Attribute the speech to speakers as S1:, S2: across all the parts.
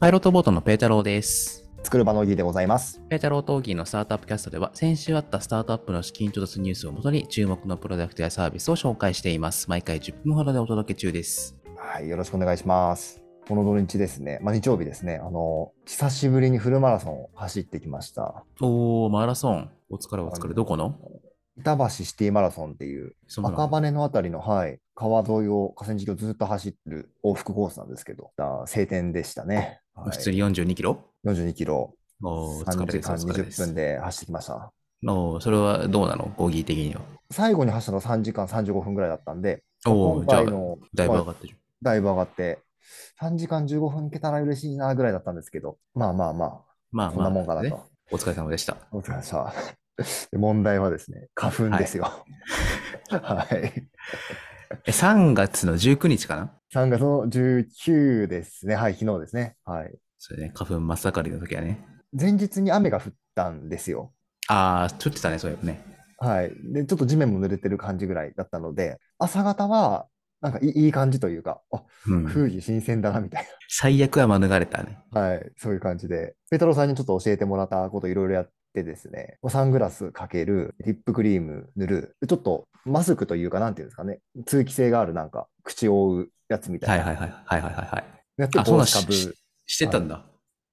S1: パイロットボートのペータローです。
S2: 作る場のぎでございます。
S1: ペータローとオギーのスタートアップキャストでは、先週あったスタートアップの資金調達ニュースをもとに、注目のプロダクトやサービスを紹介しています。毎回10分ほどでお届け中です。
S2: はい、よろしくお願いします。この土日ですね、まあ、日曜日ですね、あの、久しぶりにフルマラソンを走ってきました。
S1: おー、マラソン。お疲れお疲
S2: あ
S1: れ。
S2: の
S1: どこの
S2: 板橋シティマラソンっていう、
S1: そうなの
S2: 赤羽のあたりの、はい、川沿いを、河川敷をずっと走る往復コースなんですけど、あ晴天でしたね。はい
S1: 普通に42キロ
S2: 42キロ、
S1: おー、お疲
S2: 3
S1: れ
S2: 時
S1: です。お
S2: 間
S1: 疲れで
S2: 20分
S1: す。
S2: で走ってきました。
S1: おー、それはどうなのオギー的には。
S2: 最後に走ったの3時間35分ぐらいだったんで、
S1: お
S2: 今
S1: ー、じゃあ
S2: 回、の、
S1: だいぶ
S2: まあ
S1: 上がってる。
S2: だいぶ上がって、3時間15分いけたら嬉しいなぐらいだったんですけど、まあまあまあ、
S1: まあ
S2: そん
S1: まあ、
S2: なもんかな
S1: ね
S2: と。
S1: お疲れ様でした。
S2: 僕はさ、問題は ですね、花粉ですよ。はい。
S1: え、3月の19日かな
S2: 3月の19ですね。はい、昨日ですね。はい。
S1: そうね、花粉真っ盛りの時はね。
S2: 前日に雨が降ったんですよ。
S1: あー、降ってたね、そういえばね。
S2: はい。で、ちょっと地面も濡れてる感じぐらいだったので、朝方は、なんかいいいい感じというか、あ、
S1: うん。
S2: 空気新鮮だなみたい
S1: 最悪は免れたね。
S2: な。はい。そういう感じで。ペタロさんにちょっと教えてもらったこといろいろやってですね、サングラスかける、リップクリーム塗る、ちょっとマスクというか、なんていうんですかね、通気性があるなんか、口を覆うやつみたい
S1: は。
S2: ない
S1: はいはいはいはいはいはい。
S2: やって
S1: あそうなん
S2: 帽
S1: で
S2: 子
S1: す
S2: かぶ、そう
S1: してたんだ。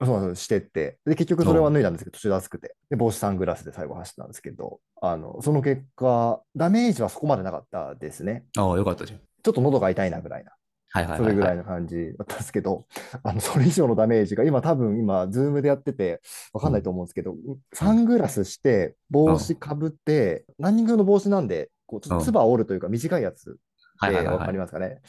S2: そうしてって、で、結局それは脱いだんですけど、途中で暑くて、で、帽子サングラスで最後走ったんですけど、あの、その結果、ダメージはそこまでなかったですね。
S1: ああ、よかったじゃん。
S2: ちょっと喉が痛いなぐらいな、
S1: はいはいはい、はい。
S2: それぐらいの感じだったんですけど、あの、それ以上のダメージが、今多分今、ズームでやってて、わかんないと思うんですけど、サングラスして、帽子かぶって、ランニング用の帽子なんで、こう、ちょっとつば折るというか短いやつ
S1: は
S2: っ
S1: い
S2: て
S1: はいはい、
S2: わ
S1: は
S2: か
S1: い
S2: り。ますかね。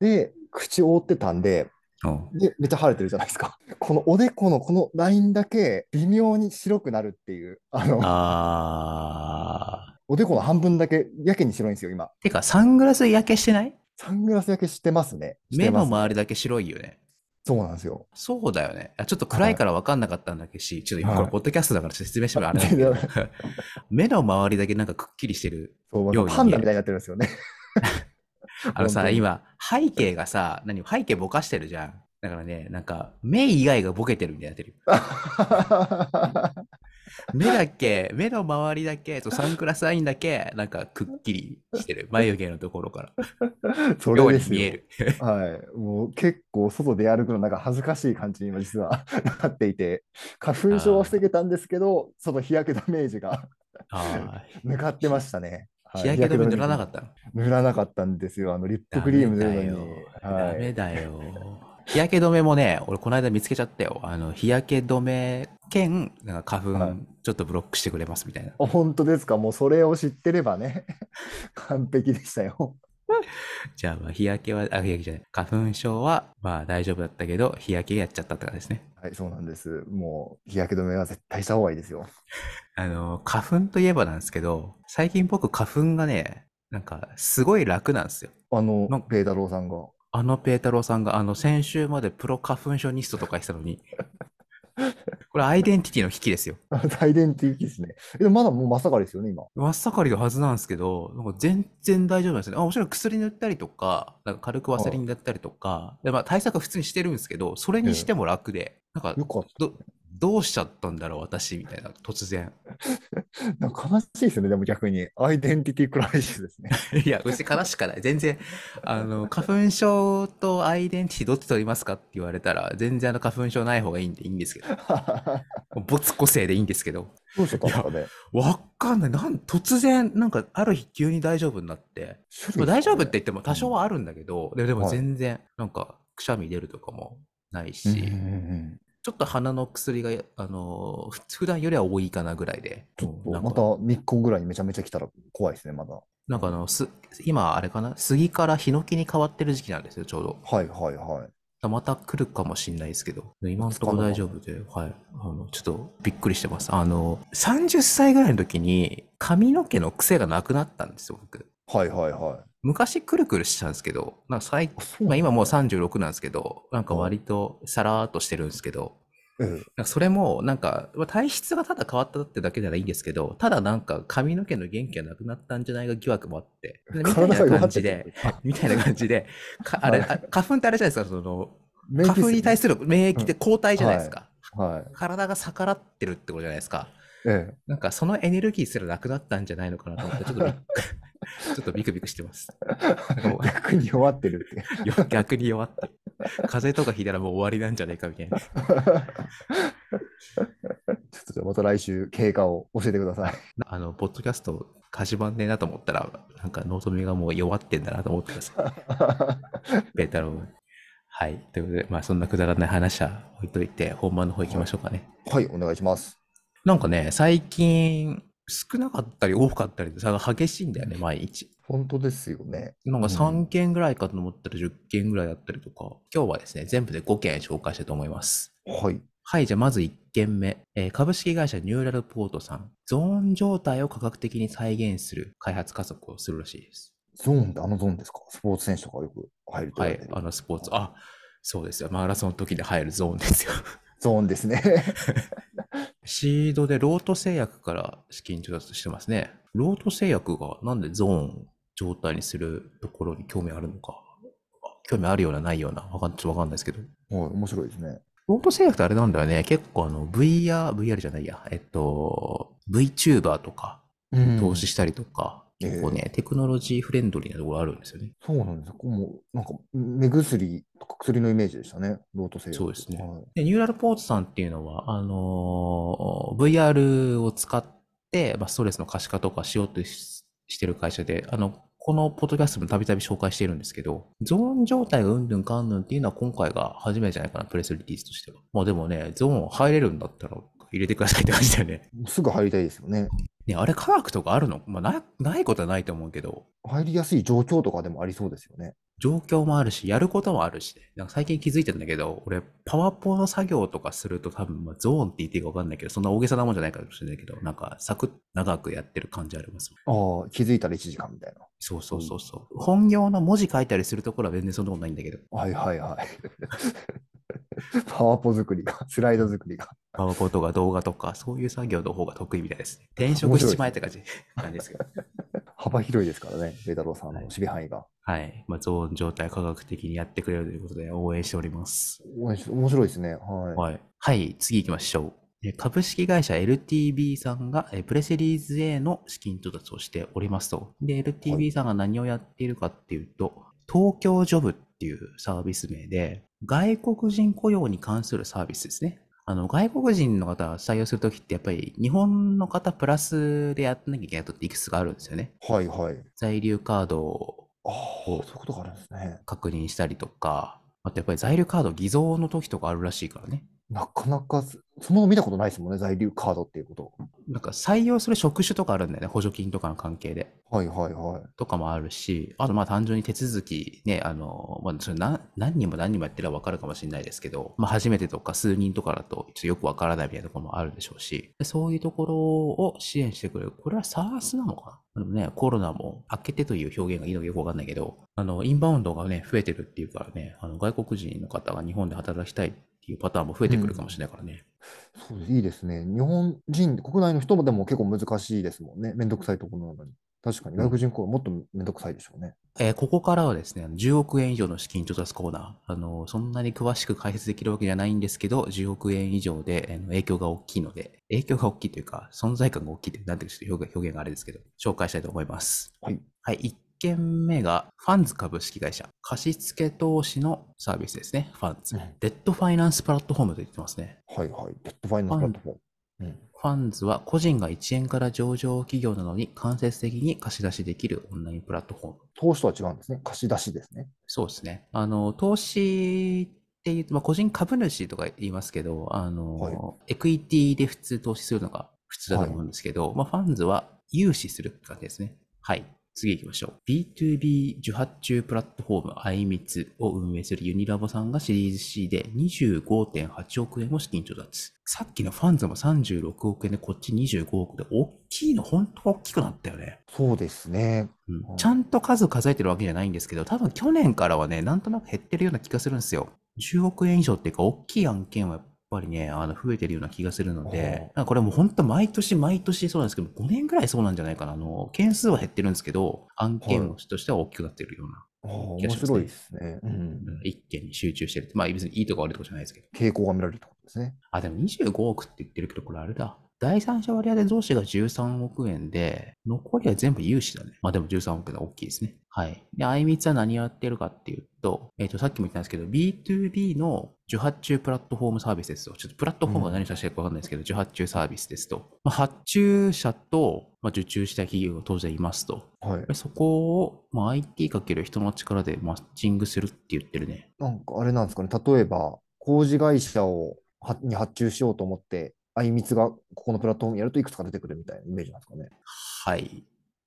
S2: で、口を覆ってたんで、
S1: うん
S2: で、めっちゃ晴れてるじゃないですか。 このおでこのこのラインだけ微妙に白くなるっていう、あの、
S1: あ
S2: おでこの半分だけやけに白いんですよ、今。
S1: ー。てか、サングラス焼けしてない
S2: サングラス焼けしてますね。して
S1: 目の
S2: ます
S1: 周りだけ白いよね。
S2: そうなんですよ。
S1: そうだよね。あちょっと暗いから分かんなかったんだけし、ちょっと今こ
S2: は
S1: れ、
S2: い
S1: ポッドキャストだからちょっと説明してもらうあれなんだけど 目の周りだけなんかくっきりしてる。
S2: そう
S1: ように見える
S2: パンダみたいになってるんですよね。
S1: あの
S2: 本
S1: さ、
S2: 当に
S1: 今、背景がさ、何背景ぼかしてるじゃん。だからね、なんか、目以外がぼけてるみたいになってるよ。目だけ、目の周りだけ、そうサングラスラインだけ、なんかくっきりして る。眉毛のところから。
S2: そ
S1: ように
S2: れです
S1: 見え
S2: よ。
S1: る。
S2: はい。もう結構外で歩くのなんか恥ずかしい感じに今実は なっていて、花粉症は防げたんですけど、その日焼けダメージが
S1: あ
S2: 向かってましたね。
S1: あ、日焼け止め塗らなか
S2: った
S1: ったの。
S2: 塗らなかったんですよ。あの、リップクリーム塗るのに。
S1: ダ
S2: はい
S1: メだよ。ダメだよ。日焼け止めもね、俺この間見つけちゃったよ。あの、日焼け止め兼、なんか
S2: は
S1: 花
S2: い
S1: 粉ちょっとブロックしてくれますみたいな。
S2: あ本当ですか、もうそれを知ってればね、 完璧でしたよ。
S1: じゃあまあ、日焼けは、あ、日焼けじゃない。花粉症は、まあ大丈夫だったけど、日焼けやっちゃったって感じですね。
S2: はい、そうなんです。もう日焼け止めは絶対した方がいいですよ。
S1: あの、花粉といえばなんですけど、最近僕花粉がね、なんかすごい楽なんですよ。
S2: あの
S1: なん、
S2: ペータローさんが。
S1: あのペータローさんが、あの、先週までプロ花粉症ニストとかしてたのに、これアイデンティティの危機ですよ。
S2: アイデンティティですね。えでもまだもうまさかですよね、今。
S1: 真っ盛りのはずなんですけど、なんか全然大丈夫なんですよね。あ、もちろん薬塗ったりとか、なんか軽くワセリンだったりとか、でまあ対策は普通にしてるんですけど、それにしても楽で、なんか
S2: よかっ
S1: ど、どうしちゃったんだろう、私、みたいな、突然。
S2: た。なんか悲しいですね、でも逆に。アイデンティティクライシスですね。
S1: いや、別に悲しかない。全然、あの、花粉症とアイデンティティどっち取りますかって言われたら、全然あの花粉症ない方がいいんでいいんですけど、もう没個性でいいんですけど、
S2: どうしちゃったんですかね。
S1: わかんない。なん、突然、なんかある日急に大丈夫になって、でも大丈夫って言っても多少はあるんだけど、ででも
S2: はい
S1: 全然、なんかくしゃみ出るとかもないし、
S2: うんうんうん
S1: ちょっと鼻の薬が、あのふ普段よりは多いかなぐらいで、
S2: ちょっと
S1: なん
S2: また
S1: か
S2: 3日後ぐらいにめちゃめちゃ来たら怖いですね、まだ。は
S1: なんかあのす今あれかな、杉からヒノキに変わってる時期なんですよ、ちょうど。
S2: いはいはい。
S1: また来るかもしれないですけど、今のところ大丈夫で、はい。あの、ちょっとびっくりしてます。あの、30歳ぐらいの時に髪の毛の癖がなくなったんですよ、僕。
S2: はいはいはい。
S1: 昔くるくるしてたんですけど、なんか最
S2: あそう
S1: まあ、
S2: なんだ
S1: 今もう36なんですけど、なんか割とさらーっとしてるんですけど、
S2: うん
S1: なんかそれもなんか、まあ、体質がただ変わったってだけならいいんですけど、ただなんか髪の毛の元気がなくなったんじゃないか疑惑もあ って、みたい
S2: 体が
S1: な
S2: 弱
S1: 感
S2: って
S1: じ
S2: きてる
S1: で、みたいな感じで、かあれ、
S2: は
S1: あ花粉ってあれじゃないですか、その、
S2: 免
S1: 花
S2: 疫っすよ
S1: 粉
S2: ね
S1: に対する免疫って抗体じゃないですか。
S2: はい。
S1: 体が逆らってるってことじゃないですか。
S2: ええ。
S1: なんかそのエネルギーすらなくなったんじゃないのかなと思って、ちょっとびっ ちょっとビクビクして ます。もう
S2: 逆に弱ってるっていう。
S1: よ 逆に弱って。風邪とかひいたらもう終わりなんじゃないかみたいな。
S2: ちょっとじゃあまた来週経過を教えてください。
S1: あの、ポッドキャスト、かじばんねえなと思ったら、なんか脳トレがもう弱ってんだなと思ってます。ベータロー。はい。ということで、まあそんなくだらない話は置いといて、本番の方行きましょうかね。
S2: はい、お願いします。
S1: なんかね、最近、少なかったり多かったりで差が激しいんだよね、毎日。
S2: 本当ですよね。
S1: なんか
S2: うん
S1: 3件ぐらいかと思ったら10件ぐらいだったりとか、今日はですね、全部で5件紹介したいと思います。
S2: はい。
S1: はい、じゃあまず1件目、えー株式会社ニューラルポートさん、ゾーン状態を科学的に再現する開発加速をするらしいです。
S2: ゾーンってあのゾーンですかスポーツ選手とかよく入ると
S1: は
S2: 言わ
S1: い
S2: れて、る
S1: あのスポーツ、あ、そうですよ、マラソンの時に入るゾーンですよ。
S2: ゾーンですね。
S1: シードでロート製薬から資金調達してますね。ロート製薬がなんでゾーン状態にするところに興味あるのか、興味あるようなないような、わかんちょっとわかんないですけど。
S2: はい、面白いですね。
S1: ロート製薬ってあれなんだよね。結構あの VR、VR じゃないや、えっと、VTuber とか
S2: うん
S1: 投資したりとか、
S2: ええ
S1: 結構ね、テクノロジーフレンドリーなところあるんですよね。
S2: そうなんですよ。もう、なんか、目薬とか薬のイメージでしたね。ロート製薬
S1: そうですね
S2: はい
S1: で、ニューラルポートさんっていうのは、あのー VR を使って、まあ、ストレスの可視化とかしようとししてる会社で、あの、このポッドキャストでもたびたび紹介してるんですけど、ゾーン状態がうんぬんかんぬんっていうのは今回が初めてじゃないかな、プレスリリースとしては。まあでもね、ゾーン入れるんだったら入れてくださいって感じだよね。
S2: すぐ入りたいですよね。
S1: ね、あれ科学とかあるのまあな、ないことはないと思うけど、
S2: 入りやすい状況とかでもありそうですよね。
S1: 状況もあるし、やることもあるしね、なんか最近気づいてんだけど、俺、パワポの作業とかすると多分、まあ、ゾーンって言っていいか分かんないけど、そんな大げさなもんじゃないかもしれないけど、なんか、サクッ長くやってる感じあります。
S2: ああ、気づいたら1時間みたいな。
S1: そうそうそうそう。本業の文字書いたりするところは全然そんなことないんだけど、
S2: はいはいはい。 パワポ作りが、 スライド作りが。
S1: パワポとか動画とか、そういう作業の方が得意みたいですね。転職しちまえって感じ、感じですけど。
S2: 幅広いですからね、ベタロウさんの守備範囲が。
S1: はい。まあ、ゾーン状態科学的にやってくれるということで、応援しております。
S2: 応援し面白いですね。は
S1: はい。はい、次行きましょう。え株式会社 LTB さんがえプレシリーズ A の資金調達をしておりますと。で、LTB さんが何をやっているかっていうと、東京ジョブっていうサービス名で、外国人雇用に関するサービスですね。あの、外国人の方採用するときって、やっぱり日本の方プラスでやってなきゃいけないことっていくつかあるんですよね。
S2: い。はいはい。
S1: 在留カードを
S2: ああ、そういうことがあるんですね。
S1: 確認したりとか、あとやっぱり在留カード偽造の時とかあるらしいからね。
S2: なかなかす、その見たことないですもんね、在留カードっていうこと。
S1: なんか採用する職種とかあるんだよね、補助金とかの関係で。
S2: はいはいはい。
S1: とかもあるし、あとまあ単純に手続きね、あの、まあ、それ何何人も何人もやってれば分かるかもしれないですけど、まあ初めてとか数人とかだとちょっとよく分からないみたいなところもあるでしょうし、でそういうところを支援してくれる。これは SARS なのかなでもね、コロナも明けてという表現がいいのかよく分かんないけど、あの、インバウンドがね、増えてるっていうからね、あの外国人の方が日本で働きたいっていうパターンも増えてくるかもしれないからね。
S2: そうですいいですね。日本人、国内の人もでも結構難しいですもんね。めんどくさいところなのに。確かに、外国人公はもっとめんどくさいでしょうね。
S1: えーここからはですね、10億円以上の資金調達コーナー。あの、そんなに詳しく解説できるわけじゃないんですけど、10億円以上で、あの影響が大きいので、影響が大きいというか、存在感が大きいという、なんていうかちょっと表現表現があれですけど、紹介したいと思います。
S2: はい。
S1: はい、1件目が、ファンズ株式会社。貸付投資のサービスですね、ファンズ。
S2: うん
S1: デッドファイナンスプラットフォームと言ってますね。
S2: はいはい。デッドファイナンスプラットフォーム。うん
S1: ファンズは個人が1円から上場企業なのに間接的に貸し出しできるオンラインプラットフォーム。
S2: 投資とは違うんですね。貸し出しですね。
S1: そうですね。あの、投資って言うと、まあ、個人株主とか言いますけど、あの、
S2: はい
S1: エクイティで普通投資するのが普通だと思うんですけど、まあ、ファンズは融資するって感じですね。はい。次行きましょう。B2B 受発注プラットフォーム、あいみつを運営するユニラボさんがシリーズ C で25.8億円を資金調達。さっきのファンズも36億円で、こっち25億で、大きいの、本当大きくなったよね。
S2: そうですね。
S1: うん
S2: うん
S1: ちゃんと数数えてるわけじゃないんですけど、多分去年からはね、なんとなく減ってるような気がするんですよ。10億円以上っていうか、大きい案件はやっぱりね、あの増えてるような気がするの
S2: ほう
S1: で、なんかこれもう本当毎年毎年そうなんですけど、5年ぐらいそうなんじゃないかな。あの、件数は減ってるんですけど、案件としては大きくなってるような
S2: ああ、面白いですね。うん。
S1: 一件に集中してるって。まあ別にいいとか悪いとかじゃないですけど。
S2: 傾向が見られるってことですね。
S1: あ、でも25億って言ってるけど、これあれだ。第三者割当増資が13億円で、残りは全部融資だね。まあでも13億円は大きいですね。はい。で、あいみつは何をやってるかっていうと、えっ、と、さっきも言ったんですけど、B2B の受発注プラットフォームサービスですと。ちょっとプラットフォームが何を指してるかわかんないですけど、受発注サービスですと。まあ、発注者と、まあ、受注した企業が当然いますと。
S2: はい。
S1: そこを、まあ、IT かける人の力でマッチングするって言ってるね。
S2: なんかあれなんですかね。例えば、工事会社をはに発注しようと思って、あいみつがここのプラットフォームやるといくつか出てくるみたいなイメージなんですかね。
S1: はい。じ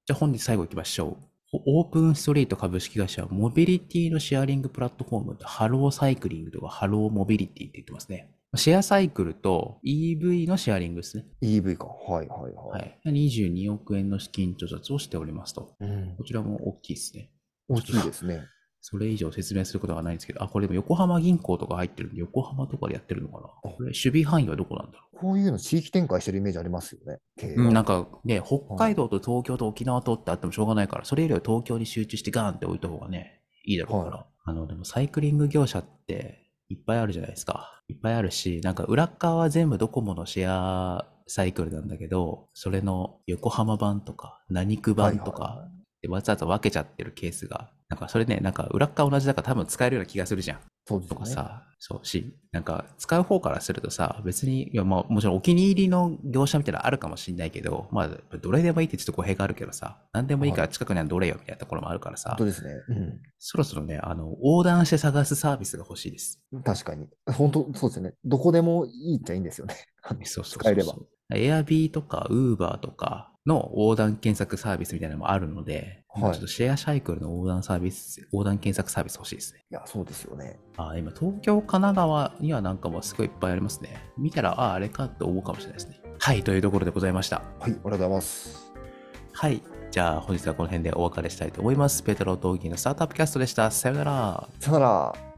S1: ゃあ本日最後行きましょう。オオープンストリート株式会社はモビリティのシェアリングプラットフォーム、ハローサイクリングとかハローモビリティって言ってますね。シェアサイクルと EV のシェアリングですね。
S2: EV か。はいはいは。
S1: はいい。22億円の資金調達をしておりますと。
S2: うん
S1: こ。ちらも大きいですね。
S2: 大きいですね。
S1: それ以上説明することはないんですけど、あ、これでも横浜銀行とか入ってるんで、横浜とかでやってるのかなこれ、守備範囲はどこなんだろう
S2: こういうの地域展開してるイメージありますよね。経営
S1: うん、な
S2: が
S1: んかね、北海道と東京と沖縄とってあってもしょうがないから、それよりは東京に集中してガーンって置いた方がね、いいだろうから。あの、でもサイクリング業者っていっぱいあるじゃないですか。いっぱいあるし、なんか裏側は全部ドコモのシェアサイクルなんだけど、それの横浜版とか、何区版と
S2: はいはいは
S1: か、でわざわざ分けちゃってるケースが、なんかそれね、なんか裏側同じだから多分使えるような気がするじゃん。
S2: そうです
S1: と
S2: よ
S1: か
S2: ね。
S1: さ、そうし、なんか使う方からするとさ、別に、いやまあもちろんお気に入りの業者みたいなのあるかもしんないけど、まあどれでもいいってちょっと語弊があるけどさ、何でもいいから近くにはどれよみたいなところもあるからさ、
S2: 本当ですね。うん。
S1: そろそろね、あの、横断して探すサービスが欲しいです。
S2: 確かに。本当、そうですよね。どこでもいいっちゃいいんですよね。
S1: そうそうそうそう
S2: 使えれば。
S1: エアビーとかウーバーとかの横断検索サービスみたいなのもあるので、
S2: はい
S1: ちょっとシェアサイクルの横断サービス、横断検索サービス欲しいですね。
S2: いや、そうですよね。
S1: あ今、東京、神奈川にはなんかもうすごいいっぱいありますね。見たら、ああ、あれかって思うかもしれないですね。はい、というところでございました。
S2: はい、ありがとうございます。
S1: はい、じゃあ本日はこの辺でお別れしたいと思います。ペトロ・トーギーのスタートアップキャストでした。さよなら。
S2: さよなら。